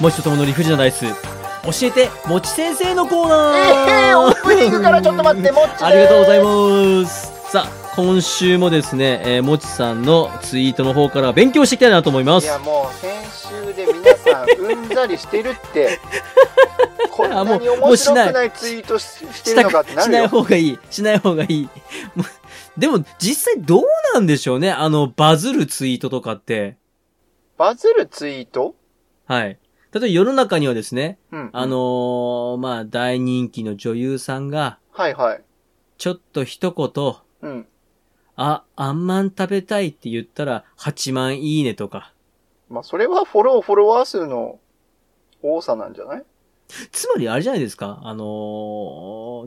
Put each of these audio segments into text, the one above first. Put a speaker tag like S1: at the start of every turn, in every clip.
S1: もちとともの理不尽なダイス教えてもち先生のコーナー、
S2: えー、オープニングからちょっと待って、もっちです
S1: ありがとうございますさあ今週もですね、えー、もちさんのツイートの方から勉強していきたいなと思いま
S2: い
S1: す
S2: や、もう先週で皆さん、うんざりして るって、こんな
S1: も
S2: に
S1: うもう
S2: 面
S1: し
S2: 白
S1: ない
S2: くないツイートしして
S1: し
S2: る
S1: た
S2: のかっ
S1: く
S2: てな
S1: し
S2: る
S1: ない
S2: よ。
S1: 方がいいしない方がいいもうでも実際どうなんでしょうねあのバズるツイートとかって
S2: バズるツイート
S1: はい例えば世の中にはですね、
S2: うん。
S1: あのーまあ、大人気の女優さんが、
S2: はいはい。
S1: ちょっと一言、
S2: うん。
S1: あ、あんまん食べたいって言ったら、8万いいねとか。
S2: まあ、それはフォロー、フォロワー数の多さなんじゃない
S1: つまりあれじゃないですか、あの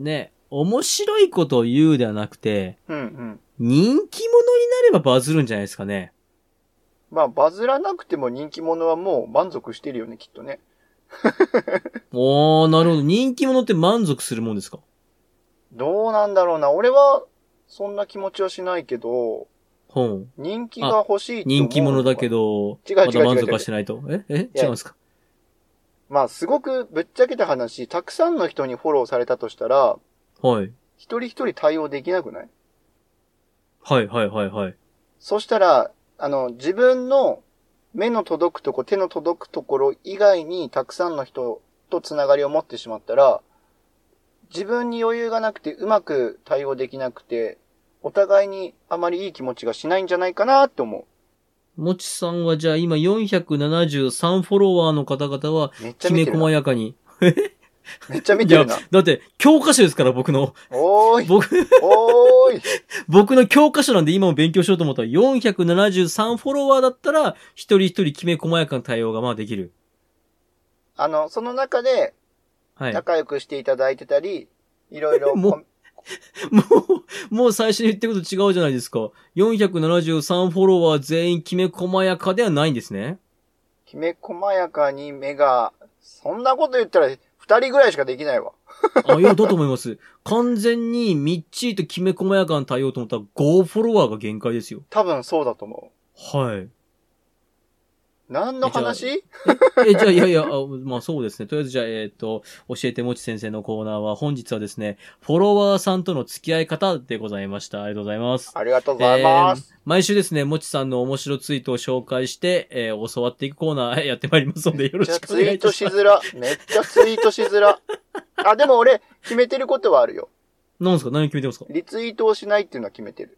S1: ーね、面白いことを言うではなくて、
S2: うんうん。
S1: 人気者になればバズるんじゃないですかね。
S2: まあ、バズらなくても人気者はもう満足してるよね、きっとね。
S1: おー、なるほど。人気者って満足するもんですか
S2: どうなんだろうな。俺は、そんな気持ちはしないけど、
S1: ほん。
S2: 人気が欲しいと思う
S1: 人気者だけど、
S2: ど。違う
S1: ま
S2: 違う
S1: だ
S2: 違う
S1: 満足はしてないと。ええ
S2: いや
S1: 違うんですか
S2: まあ、すごくぶっちゃけた話、たくさんの人にフォローされたとしたら、
S1: はい。
S2: 一人一人対応できなくない
S1: はいはいはいはい。
S2: そしたら、あの、自分の目の届くとこ、手の届くところ以外にたくさんの人とつながりを持ってしまったら、自分に余裕がなくてうまく対応できなくて、お互いにあまりいい気持ちがしないんじゃないかなって思
S1: もちさんはじゃあ今473フォロワーの方々は
S2: う。めっちゃ
S1: き
S2: 見
S1: め
S2: てる
S1: 細
S2: な。
S1: やかに。
S2: めっちゃ見てる
S1: い
S2: な。
S1: やだって、教科書ですから、僕の。
S2: おーい、
S1: 僕、
S2: おーい。
S1: 僕の教科書なんで今も勉強しようと思ったら、473フォロワーだったら、一人一人きめ細やかな対応がまあできる。
S2: あの、その中で
S1: はい。
S2: 仲良くしていただいてたり、いろいろ、
S1: もうもう、もう最初に言ってること違うじゃないですか。473フォロワー全員きめ細やかではないんですね。
S2: きめ細やかに目が、そんなこと言ったら二人ぐらいしかできないわ。
S1: あ、いや、だと思います。完全にみっちりときめ細やかな対応と思ったら、5フォロワーが限界ですよ。
S2: 多分そうだと思
S1: はい。
S2: う。何の話
S1: え、じゃあ、いやいや、あまあそうですね。とりあえずじゃあ、えっ、と、教えてもち先生のコーナーは、本日はですね、フォロワーさんとの付き合い方でございました。ありがとうございます。
S2: ありがとうございます。
S1: えー毎週ですね、もちさんの面白ツイートを紹介して、えー教わっていくコーナー やってまいりますので、よろ
S2: じゃ
S1: し
S2: あ
S1: くお
S2: ツイ
S1: 願い
S2: ー
S1: いた
S2: ト
S1: し
S2: し
S1: ます。
S2: づら。めっちゃツイートしづら。 あ、でも俺、決めてることはあるよ。
S1: 何ですか何を決めてますか
S2: リツイートをしないっていうのは決めてる。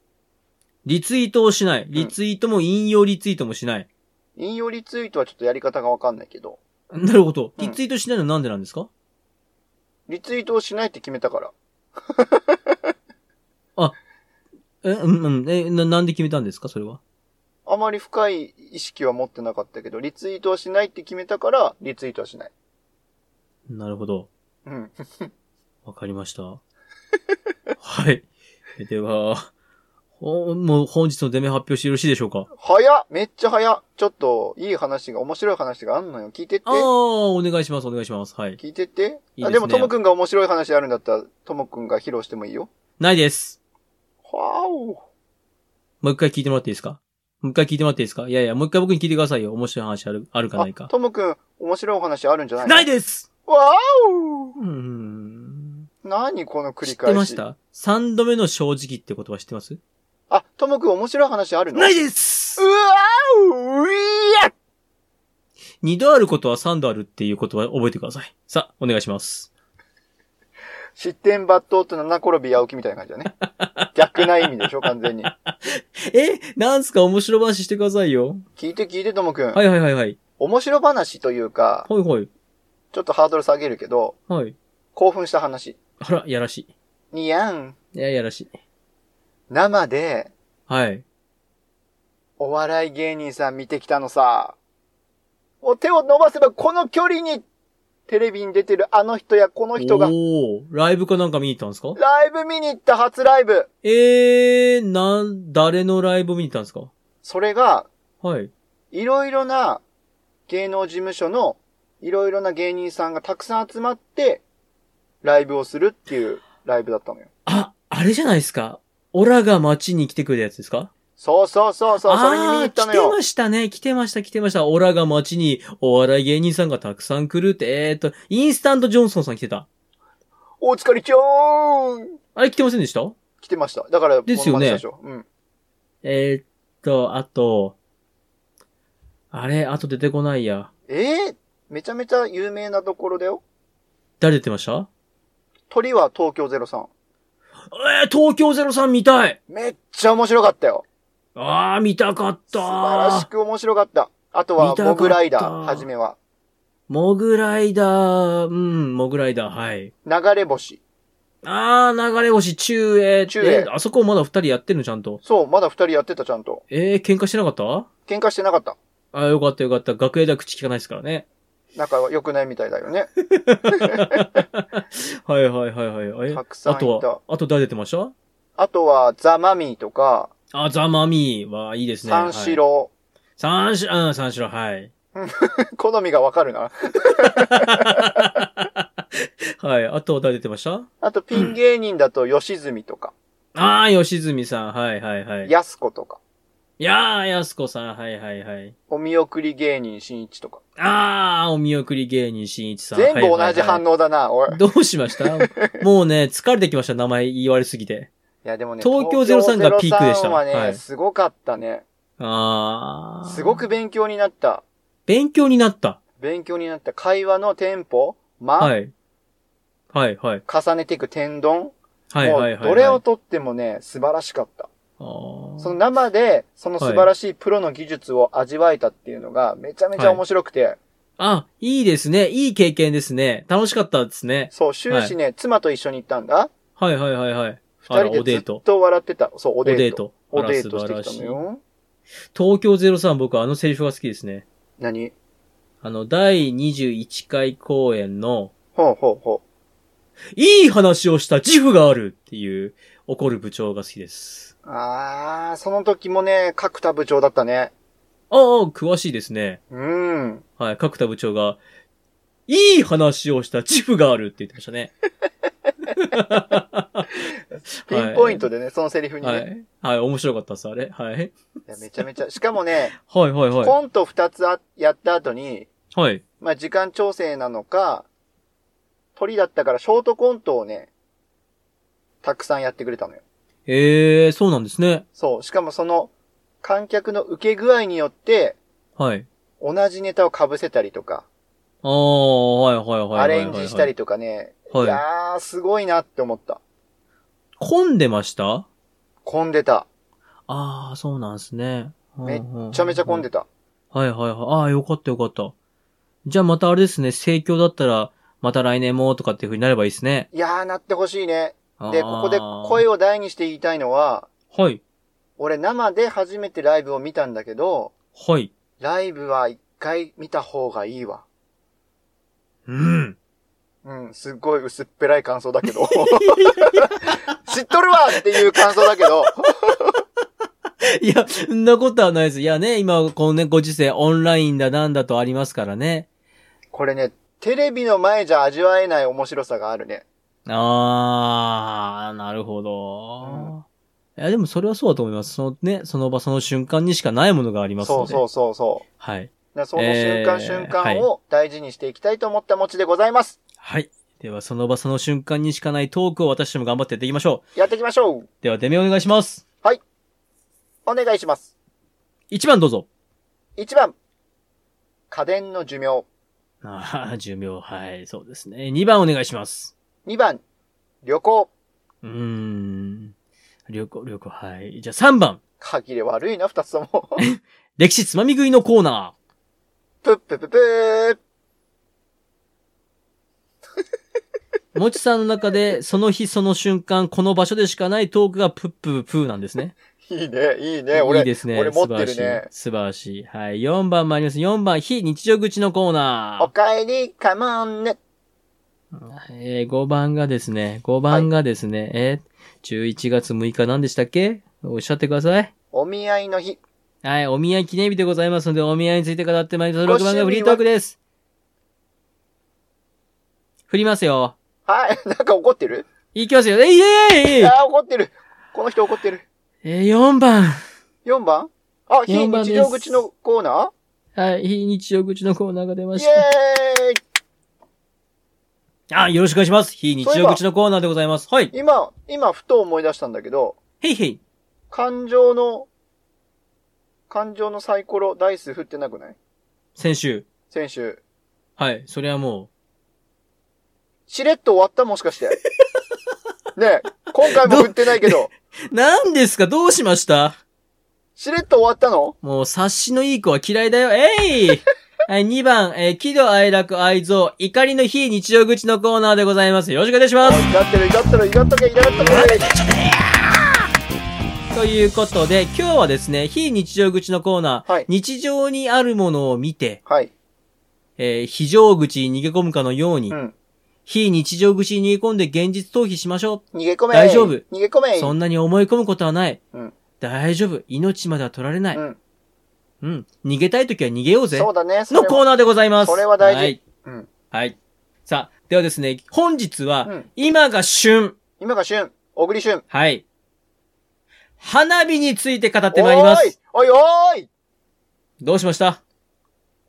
S1: リツイートをしない。リツイートも引用リツイートもしない。
S2: 引用リツイートはちょっとやり方がわかんないけど。
S1: なるほど。
S2: うん
S1: リツイートしないのはなんでなんですか、
S2: リツイートをしないって決めたから。
S1: え、うん、うん、え、な、なんで決めたんですかそれは。
S2: あまり深い意識は持ってなかったけど、リツイートはしないって決めたから、リツイートはしない。
S1: なるほど。
S2: うん。
S1: わかりま した。はい。えでは、ほもう本日の出目発表してよろしいでしょうか
S2: 早っめっちゃ早っちょっと、いい話が、面白い話があんのよ。聞いてって
S1: あ。あ、お願いします、お願いします。はい。
S2: 聞いてって。
S1: いいですね
S2: あでも、ともくんが面白い話あるんだったら、ともくんが披露してもいいよ。
S1: ないです。
S2: はお。
S1: もう一回聞いてもらっていいですかもう一回聞いてもらっていいですかいやいや、もう一回僕に聞いてくださいよ。面白い話ある、あるかない
S2: あ
S1: か。
S2: ともくん、面白いお話あるんじゃない
S1: ないです
S2: わお
S1: うーん。
S2: 何この繰
S1: 知
S2: り
S1: って
S2: 返し。
S1: ました三度目の正直って言葉知ってます
S2: あ、ともくん面白い話あるの
S1: ない
S2: で
S1: です
S2: うわおういや
S1: 二度あることは三度あるっていう言葉覚えてください。さあ、お願いします。
S2: 失点抜刀と七転び八起きみたいな 感じだね。逆な意味でしょ、完全に。
S1: え、なんすか面白話してくださいよ。
S2: 聞いて聞いて、ともくん。
S1: はいはいはいはい。
S2: 面白話というか、
S1: はいはい。
S2: ちょっとハードル下げるけど、
S1: はい。
S2: 興奮した話。
S1: あら、やらしい。
S2: にやん。
S1: いや、やらしい。
S2: 生で、
S1: はい。
S2: お笑い芸人さん見てきたのさ。もう手を伸ばせばこの距離に、テレビに出てるあの人やこの人が、
S1: おー、ライブかなんか見に行ったんですか
S2: ライブ見に行った初ライブ。
S1: えー、なん、誰のライブ見に行ったんですか
S2: それが、
S1: はい。
S2: いろいろな芸能事務所のいろいろな芸人さんがたくさん集まって、ライブをするっていうライブだったのよ。
S1: あ、あれじゃないですか。オラが街に来てくれるやつですか
S2: そうそうそうそう、それに見に行った
S1: あ
S2: の
S1: ー来
S2: よ
S1: て。ましたね。来てました、来てました。オラが街にお笑い芸人さんがたくさん来るって、えーっと、インスタントジョンソンさん来てた。
S2: お疲れちゃーん
S1: あれ来てませんでした
S2: 来てました。だから、
S1: ですよね
S2: モノマネしたでしょうん。
S1: えーっと、あと、あれ、あと出てこないや。
S2: えー、めちゃめちゃ有名なところだよ。
S1: 誰出てました
S2: 鳥は東京03。
S1: えー、東京03見たい
S2: めっちゃ面白かったよ。
S1: あー、見たかった
S2: 素晴らしく面白かった。あとは、
S1: 見たか
S2: モ
S1: った
S2: グライダー、はじめは。
S1: モグライダー、うん、モグライダー、はい。
S2: 流れ星。
S1: あー、流れ星、中英。
S2: 中英
S1: えーあそこまだ二人やってるの、ちゃんと。
S2: そう、まだ二人やってた、ちゃんと。
S1: えー、喧嘩してなかった
S2: 喧嘩してなかった。
S1: あー、よかったよかった。学園では口聞かないですからね。
S2: 仲良くないみたいだよ ね。
S1: はいはいはいはい。え
S2: たくさん
S1: あ
S2: いた
S1: とは、あと誰出てました
S2: あとは、ザ・マミーとか、
S1: あ、ザ・マミーはいいですね。
S2: 三四郎。
S1: はい。三四郎、うん、三四郎、はい。
S2: 好みがわかるな。
S1: はい。あと誰出てました
S2: あと、ピン芸人だと、吉住とか、
S1: ああ、吉住さん、はいはいはい。
S2: やす子とか、
S1: いやー、やすこさん、はいはいはい。
S2: お見送り芸人しんいちとか。
S1: ああ、お見送り芸人しんいちさん。
S2: 全部同じ
S1: はいはい
S2: 反応だな、おい。
S1: はいどうしました もうね、疲れてきました、名前言われすぎて。
S2: いや、でもね、
S1: 東京03がピークでした
S2: 東京03はね、
S1: はい
S2: すごかったね。
S1: ああ。
S2: すご。く勉強になった。
S1: 勉強になった。
S2: 勉強になった。会話のテンポ、間、
S1: はい。はいはい。
S2: 重ねていく天丼、
S1: はいはいはい、はい。
S2: もう、どれをとってもね、素晴らしかった。
S1: あー
S2: その生で、その素晴らしいプロの技術を味わえたっていうのが、めちゃめちゃ面白くて、
S1: あ、いいですね。いい経験ですね。楽しかったですね。
S2: そう、終始ね、妻と一緒に行ったんだ。
S1: はいはいはいはい。あ
S2: 二
S1: ら、
S2: 人
S1: お
S2: で
S1: デ
S2: ず
S1: ー
S2: っ
S1: ト。
S2: と笑ってた。そう、お
S1: お
S2: デ
S1: デー
S2: ート。
S1: ト。あ
S2: お
S1: ら
S2: デー
S1: 素
S2: トし
S1: 晴
S2: て
S1: ら
S2: きた
S1: しい
S2: のよ。
S1: 東京03僕あのセリフが好きですね。
S2: 何
S1: あの、第21回公演の、
S2: ほうほうほ
S1: いい話をした自負があるっていう、怒る部長が好きです。
S2: う。あー、その時もね、角田部長だったね。
S1: ああ、詳しいですね。
S2: うん。
S1: はい、角田部長が、いい話をした自負があるって言ってましたね。
S2: ピンポイントでね、そのセリフにね。、
S1: はいい。はい、面白かったっす、あれ。はい。
S2: やめちゃめちゃ。しかもね、
S1: はい、はい、は
S2: コント二つあやった後に、
S1: い。はい。
S2: まあ、時間調整なのか、鳥だったからショートコントをね、たくさんやってくれたのよ。
S1: ええー、そうなんですね。
S2: そう。しかもその、観客の受け具合によって、
S1: はい。
S2: 同じネタを被せたりとか、
S1: ああ、はい、はい、はい。
S2: アレンジした
S1: り。
S2: りとかね、
S1: はい
S2: いやー、すごいなって思った。
S1: 混んでました
S2: 混んでた。
S1: ああ、そうなんですね。
S2: めっちゃめちゃ混んで
S1: た。
S2: た。
S1: はいはいはい。ああ、よかったよかった。じゃあまたあれですね、盛況だったら、また来年もとかっていう風になればいいですね。
S2: いやー、なってほしいね。で、
S1: あー
S2: ここで声を大にして言いたいのは、
S1: はい。
S2: 俺生で初めてライブを見たんだけど、
S1: はい。
S2: ライブは一回見た方がいいわ。
S1: うん。
S2: うん、すっごい薄っぺらい感想だけ ど。知っとるわっていう感想だけど、
S1: いや、そんなことはないです。いやね、今、このね、ご時世、オンラインだなんだとありますからね。
S2: これね、テレビの前じゃ味わえない面白さがあるね。
S1: あー、なるほど。いや、でもそれはそうだと思います。そのね、その場その瞬間にしかないものがありますの
S2: そ
S1: で。
S2: うそうそうそう。
S1: はい。
S2: だからその瞬
S1: え
S2: 間
S1: ー
S2: 瞬間を大事にしていきたいと思った持ちでございます。
S1: はい。では、その場その瞬間にしかないトークを私たちも頑張ってやっていきましょ
S2: やっていきましょう
S1: う。では、デメお願いします。
S2: お願いします。
S1: 一番どうぞ。
S2: 1番、家電の寿命。
S1: ああ、寿命、はい、そうですね。二番お願いします。
S2: 2番、旅行。
S1: うーん。旅行、旅行、はい。じゃあ三番。
S2: 歯切れ悪いな、2つと も。
S1: 歴史つまみ食いのコーナ
S2: ぷっぷぷぷー。
S1: ー。もちさんの中で、その日その瞬間、この場所でしかないトークがプップープーなんですね。
S2: いいね、いいね、俺。
S1: いいですね。
S2: 俺持ってる
S1: 素晴ら
S2: ね
S1: しい。。素晴らしい。はい。四番参ります。四番、非日常口のコー
S2: お
S1: ナ
S2: かえり、カモンね。
S1: ー。えー、五番がですね、五番がですね、えー、11月6日何でしたっけおっしゃってください。
S2: お見合いの日。
S1: はい、お見合い記念日でございますので、お見合いについて語ってまいります。
S2: ご
S1: 6
S2: 趣
S1: 番
S2: 味は
S1: がフリートークです。振りますよ。
S2: はい、 なんか怒ってる
S1: いきますよ。えいえいえいえい
S2: あー、怒ってる。この人怒ってる。
S1: えー、4番。
S2: 4番あ、非
S1: 四番
S2: 日
S1: です
S2: 常口のコーナ
S1: はい、非日常口のコーナーが出
S2: ー
S1: ま
S2: イ
S1: し
S2: エ
S1: た。
S2: ーイ
S1: あ、よろしくお願いします。非日常口のコーナーでございます。はい。
S2: 今、今、ふと思い出したんだけど、
S1: へいへい。
S2: 感情の、感情のサイコロ、ダイス振ってなくない
S1: 先週。
S2: 先週。
S1: はい。それはも
S2: しれっと終わったもし かして。ねえ、今回も振ってないけど、
S1: う。何ですかどうしました
S2: しれっと終わったの
S1: もう、察しのいい子は嫌いだよ。えい はい、2番、えー喜怒哀楽愛憎、怒りの非日常口のコーナーでございます。よろしくお願いしま
S2: あ
S1: す。
S2: 怒ってる、怒ってる、怒っとけ、怒っとけ。
S1: ということで、今日はですね、非日常口のコーナー、
S2: はい
S1: 日常にあるものを見て、
S2: はい。
S1: えー非常口に逃げ込むかのように、
S2: うん。
S1: 非日常口に逃げ込んで現実逃避しましょ
S2: 逃げ込め。
S1: 大丈夫
S2: 逃げ込
S1: う。
S2: め。
S1: そんなに思い込むことはない。
S2: うん
S1: 大丈夫。命までは取られない。
S2: う
S1: うん。
S2: ん。
S1: 逃げたいときは逃げようぜ。
S2: そうだね。それ
S1: の
S2: は
S1: コーナーでございます。
S2: それは大事
S1: はい。
S2: うん
S1: はい。さあ、ではですね、本日は、
S2: うん
S1: 今が旬。
S2: 今が旬。小栗旬。
S1: はい。花火について語ってまいります。
S2: おーいおいおーい
S1: どうしました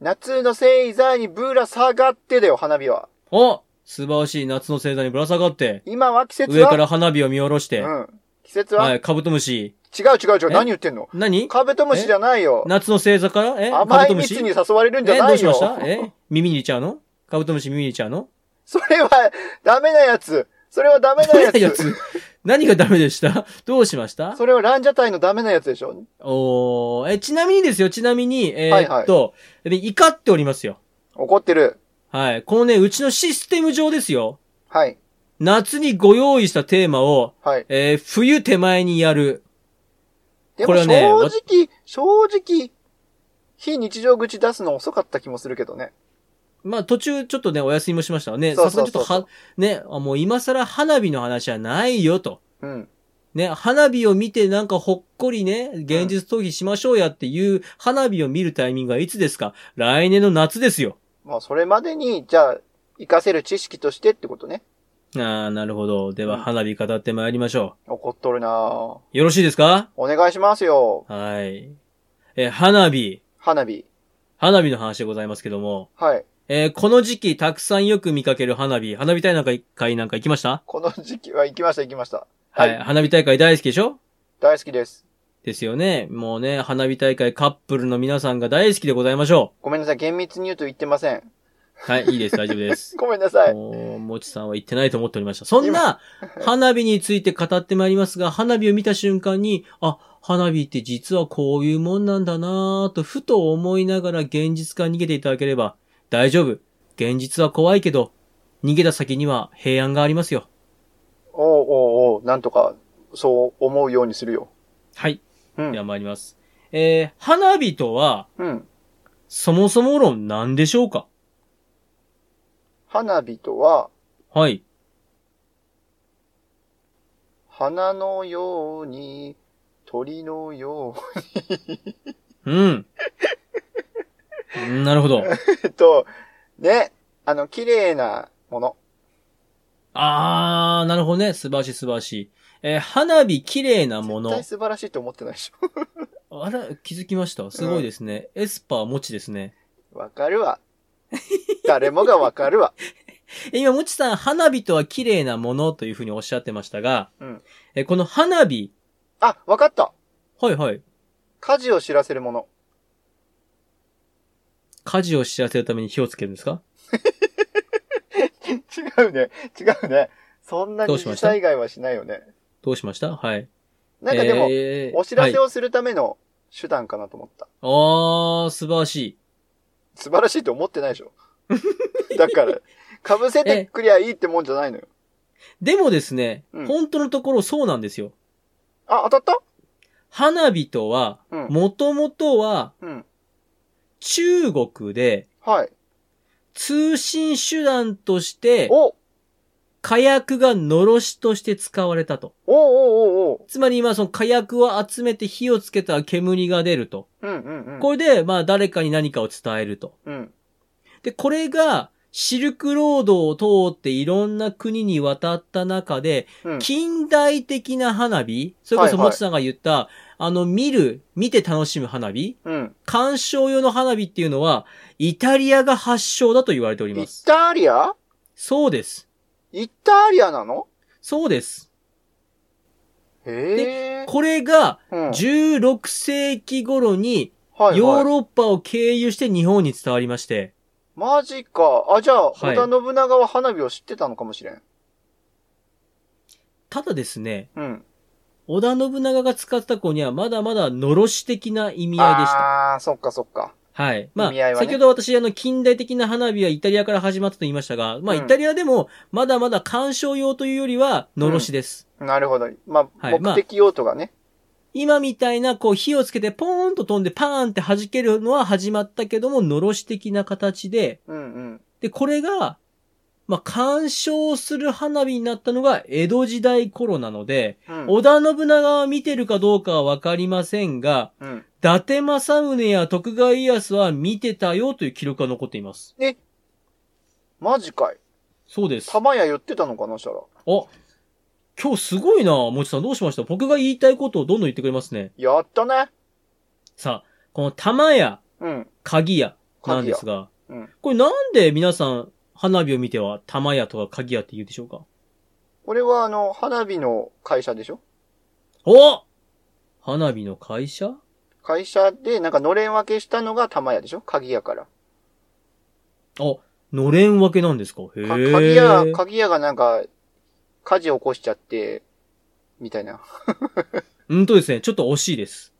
S2: 夏の星座にぶら下がってだよ、花火は。
S1: お素晴らしい夏の星座にぶら下がって、
S2: 今は季節は
S1: 上から花火を見下ろして、
S2: うん。季節は、
S1: はい、カブトムシ。
S2: 違う違う違う。
S1: え
S2: 何言ってんの
S1: 何
S2: カブトムシじゃないよ。
S1: 夏の星座からえカブ
S2: 甘
S1: ト
S2: い
S1: ムシ
S2: 蜜に誘われるんじゃ
S1: え、
S2: ない
S1: ど
S2: よ。
S1: うしましたえ耳に入れちゃうのカブトムシ耳に入れちゃうの
S2: それは、ダメなやつ。それはダメ なやつ。
S1: やつ。何がダメでしたどうしました
S2: それはランジャタイのダメなやつでしょ
S1: おーえ、ちなみにですよ、ちなみに、え
S2: はいはい
S1: ーっと、で怒っておりますよ。
S2: 怒ってる。
S1: はい。このね、うちのシステム上ですよ。
S2: はい。
S1: 夏にご用意したテーマを、
S2: はい。
S1: えー冬手前にやる。
S2: で
S1: こ
S2: も
S1: れは
S2: 正
S1: ね
S2: 直、正直、非日常口出すの遅かった気もするけどね。
S1: まあ途中ちょっとね、お休みもしましたわね。
S2: そ
S1: さ
S2: う
S1: す
S2: そ
S1: が
S2: う
S1: にちょっと
S2: そう
S1: は、ね、あもう今更花火の話はないよと。
S2: うん。
S1: ね、花火を見てなんかほっこりね、現実逃避しましょうやっていう花火を見るタイミングはいつですか来年の夏ですよ。
S2: まあ、それまでに、じゃあ、活かせる知識としてってことね。
S1: ああ、なるほど。で
S2: う
S1: は
S2: ん
S1: 花火語ってまいりましょ
S2: 怒っとるなぁ
S1: う。よろしいですか
S2: お願いしますよ。
S1: はい。えー、花火。
S2: 花火。
S1: 花火の話でございますけども。
S2: はい。
S1: えーこの時期たくさんよく見かける花火。花火大会なんか行きました
S2: この時期は行きました、行きました。は
S1: はいい。花火大会大好きでしょ
S2: 大好きです。
S1: ですよね。もうね、花火大会カップルの皆さんが大好きでございましょ
S2: ごめんなさい、厳密に言うと言ってません。
S1: う。はい、いいです、大丈夫です。
S2: ごめんなさい。
S1: もう、もちさんは言ってないと思っておりました。そんな、花火について語ってまいりますが、花火を見た瞬間に、あ、花火って実はこういうもんなんだなぁと、ふと思いながら現実から逃げていただければ、大丈夫。現実は怖いけど、逃げた先には平安がありますよ。
S2: おうおうおう、なんとか、そう思うようにするよ。
S1: はい。
S2: う
S1: では
S2: ん。
S1: 参ります。えー、花火とは、
S2: うん。
S1: そもそも論なんでしょうか
S2: 花火とは、
S1: はい。
S2: 花のように、鳥のよう
S1: うん。 うんなるほど。
S2: にと、ね、あの、綺麗なもの。
S1: あー、なるほどね。素晴らしい素晴らしい。えー花火綺麗なも
S2: 絶対
S1: の。
S2: 素晴らしいと思ってないでし
S1: あら、気づきました。すごいですね。エスパーもちですね。
S2: ょ。わかるわ。誰もがわかるわ。
S1: え今、もちさん、花火とは綺麗なものというふうにおっしゃってましたが、
S2: うん
S1: えこの花火、
S2: あ、わかった
S1: はいはい。
S2: 火事を知らせるもの。
S1: 火事を知らせるために火をつけるんですか
S2: 違うね。違うね。そんな
S1: ど
S2: に
S1: うしま
S2: 事
S1: した
S2: 災害はしないよね。
S1: どうしましたはい。
S2: なんかでも、
S1: えー
S2: お知らせ
S1: はい、
S2: をするための手段かなと思った。
S1: あー、素晴らしい。
S2: 素晴らしいと思ってない でしょ。だから、被せてくりゃいいってもんじゃない のよ。
S1: でもですね、
S2: うん
S1: 本当のところそうなんですよ。
S2: あ、当たっ
S1: 花火とは、
S2: たうん。
S1: もともとは
S2: うん。
S1: 中国で、
S2: はい。
S1: 通信手段として、
S2: お
S1: 火薬がのろしとして使われたと。
S2: おおうおうおう
S1: つまり今その火薬を集めて火をつけたら煙が出ると。
S2: うんうんうん。
S1: これで、まあ誰かに何かを伝えると。
S2: うん。
S1: で、これが、シルクロードを通っていろんな国に渡った中で、
S2: うん。
S1: 近代的な花火、それこそ
S2: はいはい
S1: もちさんが言った、あの、見る、見て楽しむ花火、
S2: うん。
S1: 鑑賞用の花火っていうのは、イタリアが発祥だと言われており
S2: イ
S1: ます。
S2: タリア
S1: そうです。
S2: イタリアなの
S1: そうです。
S2: へえ。
S1: これが、
S2: うん
S1: 16世紀頃に、
S2: はいはい
S1: ヨーロッパを経由して日本に伝わりまして、
S2: マジか。あ、じゃあ、
S1: は
S2: 織
S1: い
S2: 田信長は花火を知ってたのかもしれん。
S1: ただですね、
S2: うん。
S1: 織田信長が使った子にはまだまだのろし的な意味合いでした。
S2: あー、そっかそっか。
S1: はい。まあ、
S2: 意味合いはね
S1: 先ほど私、あの、近代的な花火はイタリアから始まったと言いましたが、まあ、
S2: うん
S1: イタリアでも、まだまだ鑑賞用というよりは、のろしです。
S2: なるほど。まあ、
S1: はいま
S2: 目
S1: あ
S2: 的用途がね。
S1: 今みたいな、こう、火をつけて、ポーンと飛んで、パーンって弾けるのは始まったけども、のろし的な形で、
S2: うんうん。
S1: で、これが、まあ、鑑賞する花火になったのが、江戸時代頃なので、
S2: うん。
S1: 織田信長は見てるかどうかはわかりませんが、
S2: うん、
S1: 伊達政宗や徳川家康は見てたよという記録が残っています。
S2: マジかい。
S1: そうです。
S2: 玉屋言ってたのかな、したら。
S1: あ、今日すごいな、もちさんどうしました僕が言いたいことをどんどん言ってくれますね。
S2: やったね。
S1: さあ、この玉や
S2: うん。
S1: 鍵やなんですが、
S2: 鍵屋うん
S1: これなんで皆さん花火を見ては玉やとか鍵やって言うでしょうか
S2: これは、あの、花火の会社でしょ
S1: お花火の会社
S2: 会社で、なんか、のれん分けしたのが玉屋でしょ鍵屋から。
S1: のれん分けなんですかへえ。
S2: か鍵屋、鍵屋がなんか、火事起こしちゃって、みたいな。
S1: うんとですね、ちょっと惜しいです。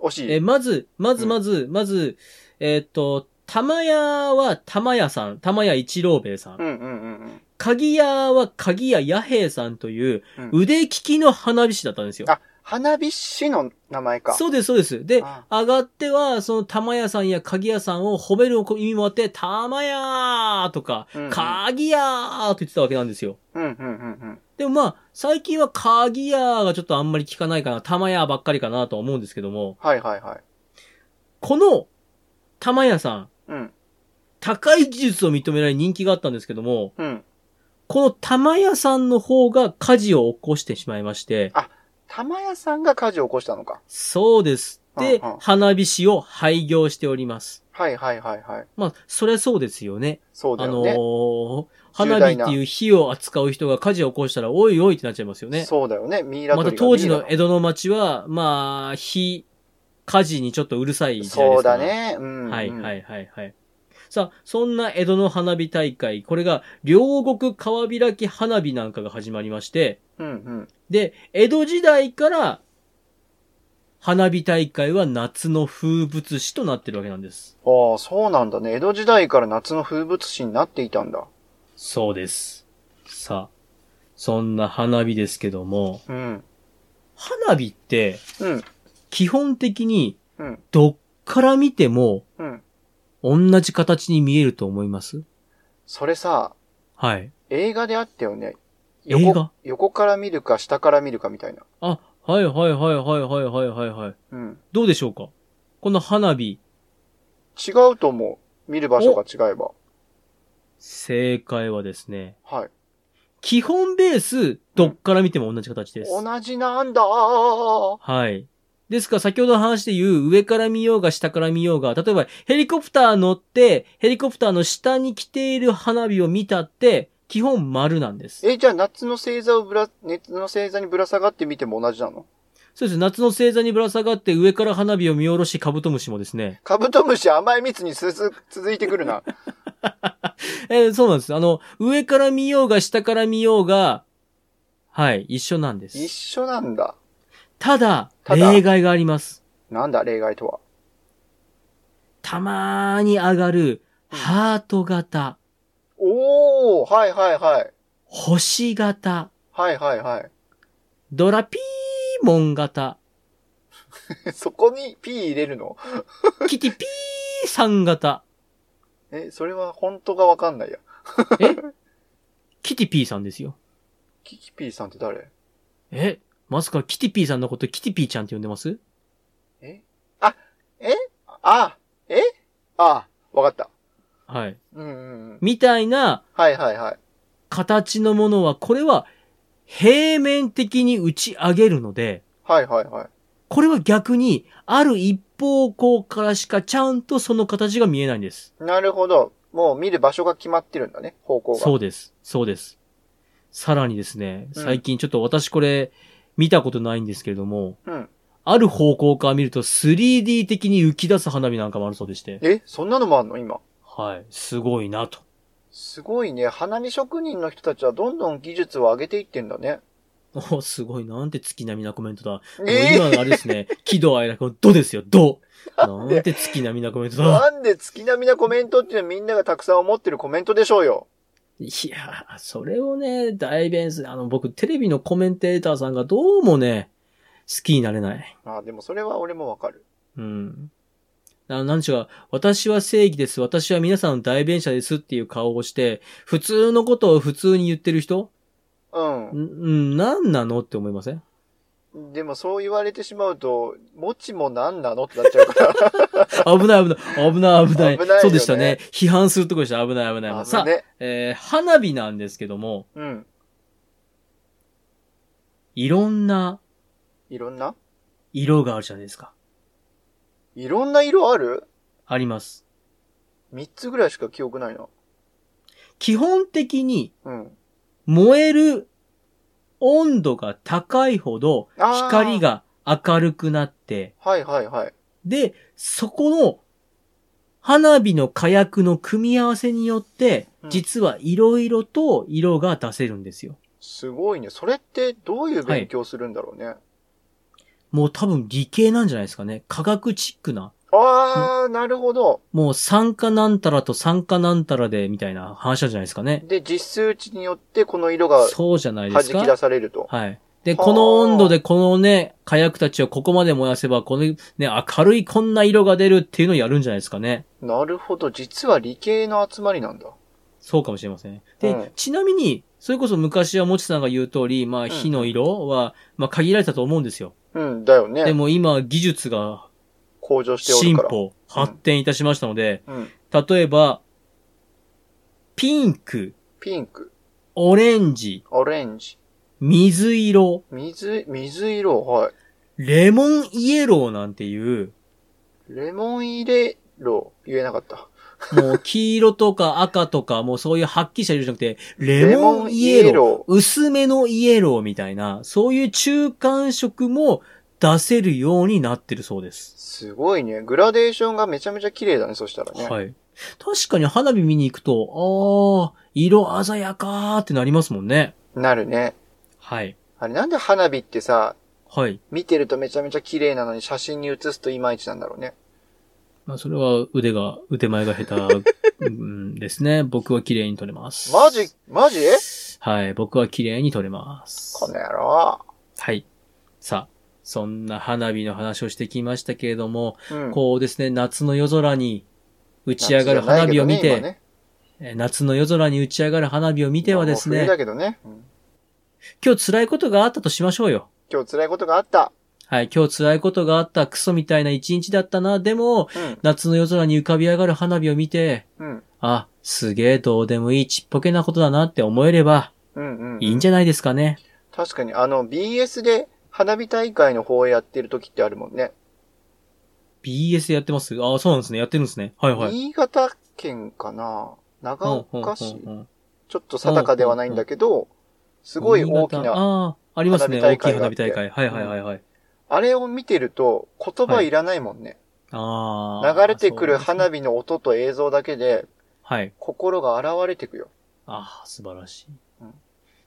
S2: 惜しい。
S1: え、まず、まず
S2: うん
S1: まず、まず、えーっと、玉屋は玉屋さん、玉屋一郎兵衛さん
S2: う。んうんうん
S1: 鍵屋は鍵屋弥平さんという
S2: うん。うん、
S1: 腕利きの花火師だったんですよ。
S2: あ、花火師の名前か。
S1: そうです、そうです。で、
S2: あ
S1: 上がっては、その玉屋さんや鍵屋さんを褒める意味もあって、玉屋とか、
S2: うんうん
S1: 鍵屋と言ってたわけなんですよ。
S2: うんうんうん
S1: でもまあ、最近は鍵屋がちょっとあんまり聞かないかな、玉屋ばっかりかなとは思うんですけども、
S2: うん。はいはいはい。
S1: この玉屋さん、
S2: うん
S1: 高い技術を認められ人気があったんですけども、
S2: うん。
S1: この玉屋さんの方が火事を起こしてしまいまして、
S2: 玉屋さんが火事を起こしたのか。
S1: そうです。で
S2: うんうん、
S1: 花火師を廃業しております。
S2: はいはいはいはい。
S1: まあ、そりゃそうですよね。
S2: そうだ
S1: あ
S2: よ
S1: の
S2: ね。
S1: ー
S2: 重
S1: 花
S2: 大
S1: 火
S2: な
S1: っていう火を扱う人が火事を起こしたら、おいおいってなっちゃいますよね。
S2: そうだよね。ミイラ
S1: ま
S2: 取
S1: た
S2: り
S1: 当
S2: が
S1: 時の
S2: ミイ
S1: 江戸の町は、まあ、火、火事にちょっとうるさい
S2: ラ
S1: 時代
S2: そ
S1: で
S2: う
S1: すか
S2: だ
S1: ら。。
S2: ね。うん。。
S1: はいはいいはいはい。さあ、そんな江戸の花火大会、これが両国川開き花火なんかが始まりまして、
S2: うんうん。
S1: で、江戸時代から、花火大会は夏の風物詩となってるわけなんです。
S2: ああ、そうなんだね。江戸時代から夏の風物詩になっていたんだ。
S1: そうです。さあ、そんな花火ですけども、
S2: うん。
S1: 花火って、
S2: うん。
S1: 基本的に
S2: うん。
S1: どっから見ても
S2: うん。
S1: 同じ形に見えると思います
S2: それさ、
S1: はい。
S2: 映画であったよね。
S1: 映画
S2: 横から見るか下から見るかみたいな。
S1: あ、はいはいはいはいはいはいはいはい。
S2: うん。
S1: どうでしょうかこの花火、
S2: 違うと思う。見る場所が違えば。
S1: 正解はですね、
S2: はい。
S1: 基本ベース、どっから見ても同じ形です。
S2: 同じなんだ
S1: はい。ですから先ほどの話で言う上から見ようが下から見ようが、例えばヘリコプター乗って、ヘリコプターの下に来ている花火を見たって、基本丸なんです。
S2: え、じゃあ夏の星座をぶら、熱の星座にぶら下がって見ても同じなの
S1: そうです。夏の星座にぶら下がって上から花火を見下ろしカブトムシもですね。
S2: カブトムシ甘い蜜にすす続いてくる な。
S1: えーそうなんです。あの、上から見ようが下から見ようが、はい、一緒なんで
S2: 一
S1: す。
S2: 緒なんだ。
S1: ただ、
S2: ただ
S1: 例外があります。
S2: なんだ、例外とは。
S1: たまーに上がる、
S2: うん
S1: ハート型、
S2: おー、はいはいはい。
S1: 星型、
S2: はいはいは
S1: ドラピーモン型、
S2: い。 そこに P 入れるの
S1: キティピーさん型。
S2: え、それは本当がわかんないや。
S1: キティピーさんですよ。
S2: キキ P さんって誰
S1: えまさかキティピーさんのことキティピーちゃんって呼んでます
S2: えあ、えあ、えあ、わかった。
S1: はい。
S2: うんうんうん。
S1: みたいな
S2: はいはいはい。
S1: 形のものは、これは平面的に打ち上げるので、
S2: はいはいはい。
S1: これは逆に、ある一方向からしかちゃんとその形が見えないんです。
S2: なるほど。もう見る場所が決まってるんだね、方向が。。
S1: そううです。そうです。さらにですね、
S2: うん
S1: 最近ちょっと私これ見たことないんですけれども、
S2: ん。
S1: ある方向から見ると 3D 的に浮き出す花火なんかもあるそうでして、
S2: え、そんなのもあんの今。
S1: はい、すごいなと。
S2: すごいね。花火職人の人たちはどんどん技術を上げていってんだね。
S1: お、すごい、なんて月並みなコメントだ。もう
S2: え
S1: 今のあれですね、喜怒哀楽のドですよ、ド。なんて月並みなコメント だ。
S2: なんで月並みなコメントっていうのはみんながたくさん思ってるコメントでしょうよ。
S1: いやー、それをね、代弁する。あの、僕、テレビのコメンテーターさんがどうもね、好きになれない。
S2: ああ、でもそれは俺もわかる。
S1: うん。ななんちゅうか、私は正義です。私は皆さんの代弁者ですっていう顔をして、普通のことを普通に言ってる人
S2: うん
S1: んうん、なんなのって思いません
S2: ん。でもそう言われてしまうと、もちもなんなのってなっちゃうから。
S1: 危ない危ない、危ない危ない。
S2: 危ないよね
S1: そうでしたね。批判すると こでした。危ない危ない。
S2: あ
S1: さ
S2: の
S1: あ、
S2: ね。
S1: えー花火なんですけども、
S2: うん。
S1: いろんない
S2: ろんな
S1: 色があるじゃないですか。
S2: いろんな色ある
S1: あります。
S2: 三つぐらいしか記憶ないな。
S1: 基本的に
S2: うん。
S1: 燃える温度が高いほど
S2: あー
S1: 光。が明るくなって、
S2: はいはいはい。
S1: で、そこの花火の火薬の組み合わせによって
S2: う、ん
S1: 実はいろいろと色が出せるんですよ。
S2: すごいね。それってどういう勉強するんだろうね。
S1: もう多分理系なんじゃないですかね。科学チックな。
S2: ああ、なるほど。
S1: もう酸化なんたらと酸化なんたらで、みたいな話なんじゃないですかね。
S2: で、実数値によってこの色が
S1: そうじゃないで
S2: 弾
S1: す
S2: き
S1: か。
S2: 出されると。
S1: はい。で、
S2: はあ
S1: この温度でこのね、火薬たちをここまで燃やせば、このね、明るいこんな色が出るっていうのをやるんじゃないですかね。
S2: なるほど。実は理系の集まりなんだ。
S1: そうかもしれません。で、
S2: うん
S1: ちなみに、それこそ昔はもちさんが言う通り、まあ
S2: ん
S1: 火の色は、まあ限られたと思うんですよ。
S2: うん、だよ
S1: で
S2: ね。
S1: も今技術が
S2: 向上してお
S1: 進
S2: るから。
S1: 歩、発展いたしましたので、
S2: うん。
S1: 例えば、ピンク、
S2: ピンク、
S1: オレンジ、
S2: オレンジ、
S1: 水色、
S2: 水、水色、はい。
S1: レモンイエローなんていう、
S2: レモン入れろ、言えなかった。
S1: もう黄色とか赤とか、もうそういうはっきりした色じゃなくて、レモンイエロー、
S2: ロ
S1: 薄めのイエローみたいな、そういう中間色も出せるようになってるそうです。
S2: すごいね。グラデーションがめちゃめちゃ綺麗だね、そしたらね。
S1: はい。確かに花火見に行くと、あー、色鮮やかーってなりますもんね。
S2: なるね。
S1: はい。
S2: あれ、なんで花火ってさ、
S1: はい。
S2: 見てるとめちゃめちゃ綺麗なのに写真に写すといまいちなんだろうね。
S1: まあ、それは腕が、腕前が下 手、うんですね。僕は綺麗に撮れます。
S2: マジ、マジ
S1: はい。僕は綺麗に撮れます。
S2: この野郎。
S1: はい。さあ、そんな花火の話をしてきましたけれども、
S2: うん
S1: こうですね、夏の夜空に打ち上がる花火を見て、えー夏の夜空に打ち上がる花火を見てはです
S2: まあもう冬
S1: ね、
S2: だけどね。うん
S1: 今日辛いことがあったとしましょうよ。
S2: 今日辛いことがあった。
S1: はい、今日辛いことがあったクソみたいな一日だったな。でも、
S2: うん。
S1: 夏の夜空に浮かび上がる花火を見て、
S2: うん。
S1: あ、すげえどうでもいいちっぽけなことだなって思えれば、
S2: うん。うん。
S1: いいんじゃないですかね。
S2: 確かに、あの、BS で花火大会の放映やってる時ってあるもんね。
S1: BS やってますあそうなんですね。やってるんですね。はいはい。
S2: 新潟県かな長岡
S1: う
S2: 市、
S1: んうんうんうん
S2: ちょっと定かではないんだけど、すごい大き
S1: 新
S2: な、あ
S1: 潟ああ、ありますね。
S2: 花
S1: 大
S2: 火
S1: きい
S2: 大会があ
S1: 花
S2: っ
S1: 火
S2: て
S1: 大会。はいはいはいはい。
S2: れを見てると言葉いらないもんね。
S1: ああ。
S2: 流れてくる
S1: そうですね
S2: 花火の音と映像だけで
S1: はい。
S2: 心が現れてくよ。
S1: ああ、素晴らしい
S2: うん。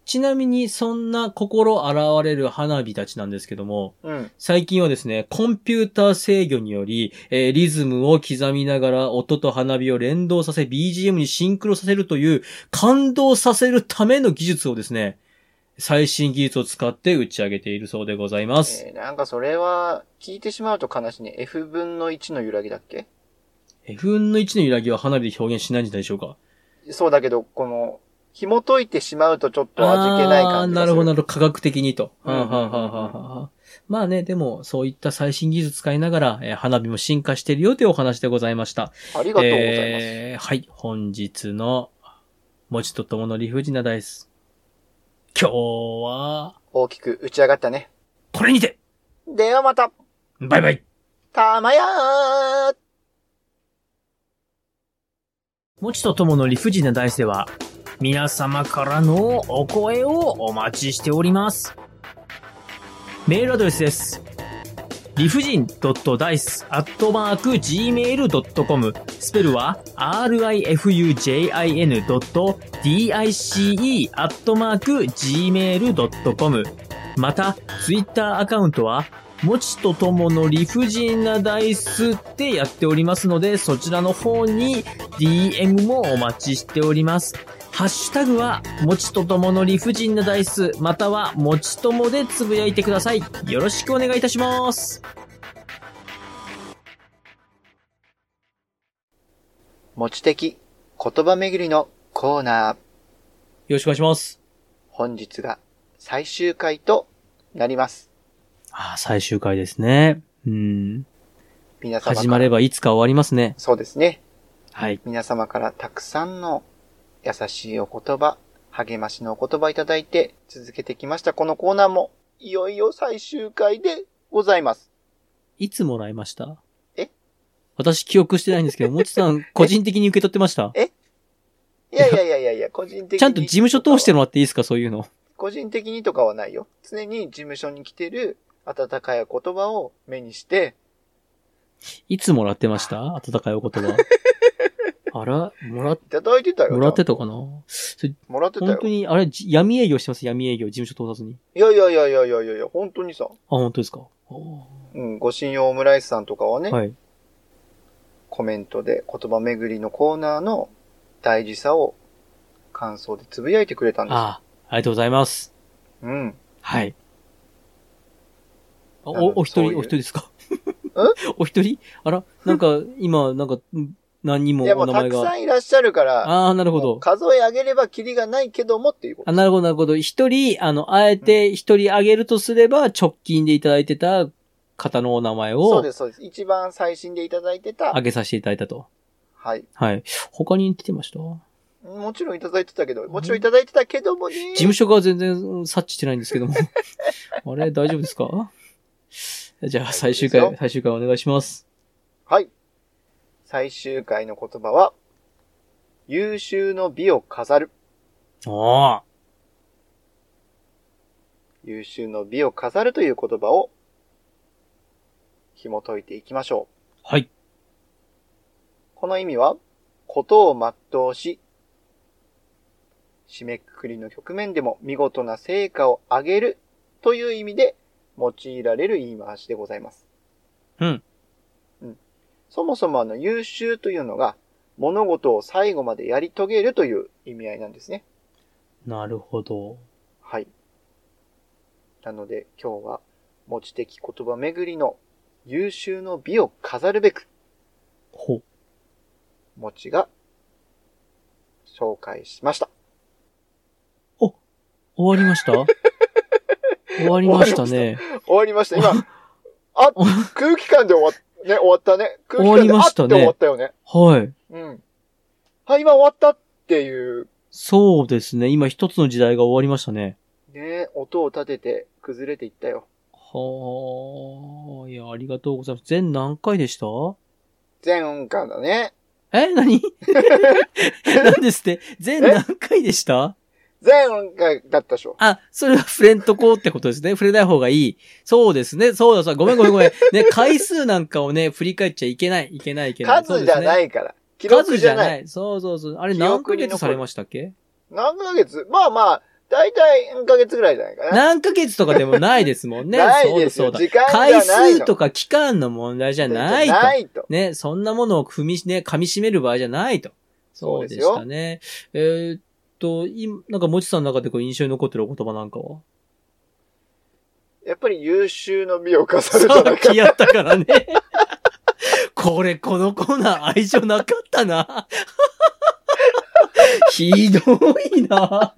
S1: ちなみに、そんな心現れる花火たちなんですけども、
S2: うん。
S1: 最近はですね、コンピューター制御により、えーリズムを刻みながら音と花火を連動させ、BGM にシンクロさせるという、感動させるための技術をですね、最新技術を使って打ち上げているそうでございます。
S2: えーなんかそれは聞いてしまうと悲しいね。F 分の1の揺らぎだっけ
S1: F 分の1の揺らぎは花火で表現しないんじゃないでしょうか。
S2: そうだけど、この、紐解いてしまうとちょっと味気ない
S1: あー
S2: 感じ
S1: な
S2: がする。
S1: るほど、なるほど。科学的にと。
S2: うんうんうんうん
S1: はあはあはあはあまあね、でも、そういった最新技術使いながら、えー花火も進化しているよというお話でございました。
S2: ありがとうございます。
S1: えーはい、本日の、文字とともの理不尽なダイス。今日は、
S2: 大きく打ち上がったね。
S1: これにて
S2: ではまた
S1: バイバイ
S2: たまやー
S1: もちとともの理不尽な大世は、皆様からのお声をお待ちしております。メールアドレスです。理不尽 .dice.gmail.com スペルは rifujin.dice.gmail.com また、ツイッターアカウントは、もちとともの理不尽なダイスってやっておりますので、そちらの方に DM もお待ちしております。ハッシュタグは、もちとともの理不尽なダイス、または、もちともでつぶやいてください。よろしくお願いいたします。
S2: 持ち的言葉巡りのコーナー。
S1: よろしくお願いします。
S2: 本日が最終回となります。
S1: ああ、最終回ですね。うん。
S2: 皆様から
S1: 始まればいつか終わりますね。
S2: そうですね。
S1: はい。
S2: 皆様からたくさんの優しいお言葉、励ましのお言葉いただいて続けてきました。このコーナーもいよいよ最終回でございます。
S1: いつもらいました
S2: え
S1: 私記憶してないんですけど、もちさん個人的に受け取ってました
S2: いやいやいやいやいや、個人的に。
S1: ちゃんと事務所通してもらっていいですかそういうの。
S2: 個人的にとかはないよ。常に事務所に来てる温かい言葉を目にして、
S1: いつもらってました温かいお言葉。あらもら、
S2: いただいてたよ。
S1: もらってたかなそれ
S2: もらってた
S1: 本
S2: よ
S1: 当。に、あれ、じ闇営業してます闇営業、事務所通さずに。
S2: いやいやいやいやいやいやいや、本当にさ。
S1: あ、本当ですかお
S2: うん、ご信用オムライスさんとかはね、
S1: ーはい。
S2: コメントで言葉巡りのコーナーの大事さを感想でつぶやいてくれたんですよ。
S1: ああ、ありがとうございます。
S2: うん。
S1: はい。あ
S2: なんか
S1: お、お一
S2: そうい
S1: 人、
S2: う
S1: お一人ですか お一人あらなんか、今、なんか、ん何人も
S2: いやも
S1: お
S2: う
S1: 名
S2: た
S1: 前
S2: くさ
S1: が。
S2: んいらっしゃるから、
S1: ああ、なるほ
S2: も
S1: ど
S2: う。数え上げればキリがないけどもっていうこと。
S1: あなるほど、なるほど。一人、あの、あえて一人あげるとすれば、直近でいただいてた方のお名前
S2: そう
S1: を
S2: です、そうです。一番最新でいただいてた
S1: あ、げさせていただいたと。
S2: はい。
S1: はい。他に来てました
S2: もちろんいただいてたけど、もちろんいただいてたけどもね。
S1: 事務所が全然うん察知してないんですけども。 あれ大丈夫ですかじゃあ最終
S2: 大丈夫
S1: 回
S2: で、
S1: 最終回お願いします。
S2: はい。最終回の言葉は、優秀の美を飾る。
S1: ああ。
S2: 優秀の美を飾るという言葉を紐解いていきましょう。
S1: はい。
S2: この意味は、ことを全うし、締めくくりの局面でも見事な成果を上げるという意味で用いられる言い回しでございます。
S1: うん。
S2: うん。そもそもあの優秀というのが物事を最後までやり遂げるという意味合いなんですね。
S1: なるほど。
S2: はい。なので今日は持ち的言葉巡りの優秀の美を飾るべく、
S1: ほ。
S2: 持ちが紹介しました。
S1: 終わりました終わりましたね。
S2: 終わりました。今、 あ、空気感で終わっ、ね、終わったね。空
S1: 終
S2: 気
S1: わ
S2: 感
S1: り
S2: であ
S1: ま
S2: っ
S1: してたね
S2: 終わったよね。
S1: はい。
S2: うん。はい、今終わったっていう、
S1: そうですね。今一つの時代が終わりましたね。
S2: ね、音を立てて崩れていったよ。
S1: はあ。いや、ありがとうございます。全何回でした
S2: 前回だね。
S1: え何 何ですって全何回でした
S2: 前回だったでしょ。
S1: あ、それは触れんとこうってことですね。触れない方がいい。そうですね。そうだ、そうだ。ごめんごめんごめん。 ね、回数なんかをね、振り返っちゃいけない。いけない、いけない。。
S2: 数じゃないいから。記
S1: 数
S2: 録
S1: じ
S2: じ
S1: ゃ
S2: ゃな
S1: な。
S2: い
S1: い。そうそうそう。あれ
S2: 記憶に
S1: 何ヶ月されましたっけ
S2: 何ヶ月まあまあ、だいたい1ヶ月ぐらいじゃないかな。
S1: 何ヶ月とかでもないですもんね。
S2: ないです
S1: そ
S2: よ。
S1: うだ、そうだ。
S2: 時間じゃない
S1: 回
S2: の。
S1: 数とか期間の問題じゃないと。
S2: ないと。
S1: ね、そんなものを踏みし、ね、噛み締める場合じゃないと。そうでしたね。えーっと、今、なんか、もちさんの中でこう印象に残ってるお言葉なんかは
S2: やっぱり優秀の美を重ね
S1: さ
S2: た
S1: っ
S2: だ
S1: き
S2: け。
S1: やったからね。これ、このコーナー愛情なかったな。 ひどいな。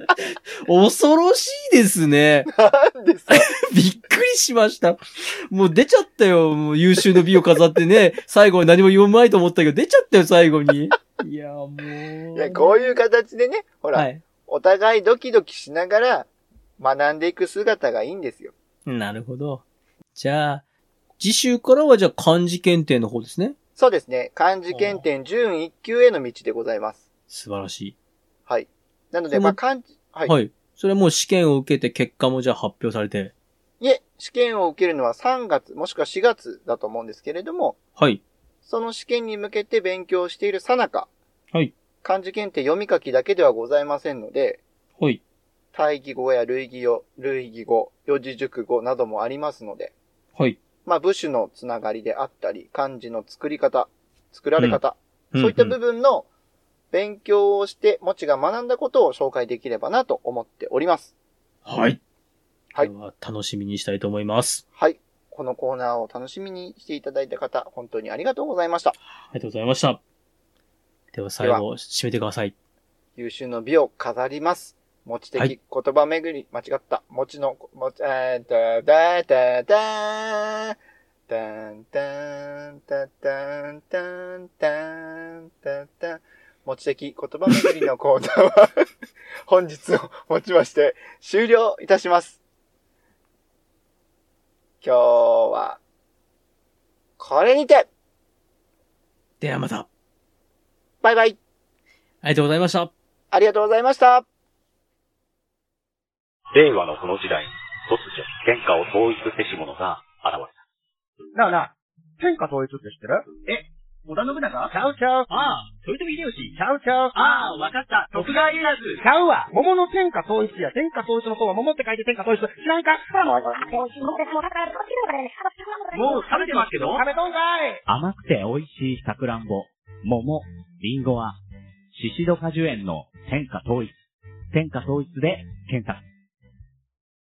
S1: 恐ろしいですね。
S2: なんでさ、
S1: びっくりしました。もう出ちゃったよ。もう優秀の美を飾ってね。最後に何も言わないと思ったけど、出ちゃったよ、最後に。いや、もう。
S2: いやこういう形でね、ほら、
S1: はい。
S2: お互いドキドキしながら学んでいく姿がいいんですよ。
S1: なるほど。じゃあ、次週からはじゃあ漢字検定の方ですね。
S2: そうですね。漢字検定準1級への道でございます。
S1: 素晴らし
S2: はい。なの
S1: そ
S2: で、
S1: の。
S2: まあ、漢字、はい
S1: はい。それはもう試験を受けて結果もじゃあ発表されて。
S2: い。いえ、試験を受けるのは3月、もしくは4月だと思うんですけれども、
S1: はい。
S2: その試験に向けて勉強しているさなか、
S1: はい。
S2: 漢字検定読み書きだけではございませんので、
S1: はい。
S2: 対義語や類義語、類義語、四字熟語などもありますので、
S1: はい。
S2: まあ、部首のつながりであったり、漢字の作り方、作られ方、
S1: ん
S2: そういった
S1: ん
S2: 部分の勉強をして、もちが学んだことを紹介できればなと思っております。
S1: はい。
S2: はい
S1: では楽しみにしたいと思います。
S2: はい。このコーナーを楽しみにしていただいた方、本当にありがとうございました。
S1: ありがとうございました。では最
S2: で
S1: 後、締めてください。
S2: 優秀の美を飾ります。持ち
S1: は
S2: 的
S1: い
S2: 言葉巡り、間違った。持ちの、持ち、えー、だ、だ、だ、だ、だん、だん、だ、だん、だん、だん、だん、だん、持ち的言葉巡りのコーナーは、 本日をもちまして終了いたします。今日は、これにて、
S1: ではまた。
S2: バイバイ
S1: ありがとうございました。
S2: ありがとうございました
S3: 令和のこの時代、突如、天下を統一せし者が現れた。
S4: なあなあ、天下統一って知ってる
S3: 織田信長
S4: ちゃうちゃう。
S3: ああ、豊臣秀吉。
S4: ちゃうちゃう。
S3: ああ、わかった。徳川家康。
S4: ちゃうわ。桃の天下統一や。天下統一の方は桃って書いて天下統一。知らんかもう、
S3: もう食べてますけど
S4: 食べとんかい
S5: 甘くて美味しいさくらんぼ、桃、りんごは、シシド果樹園の天下統一。天下統一で検索。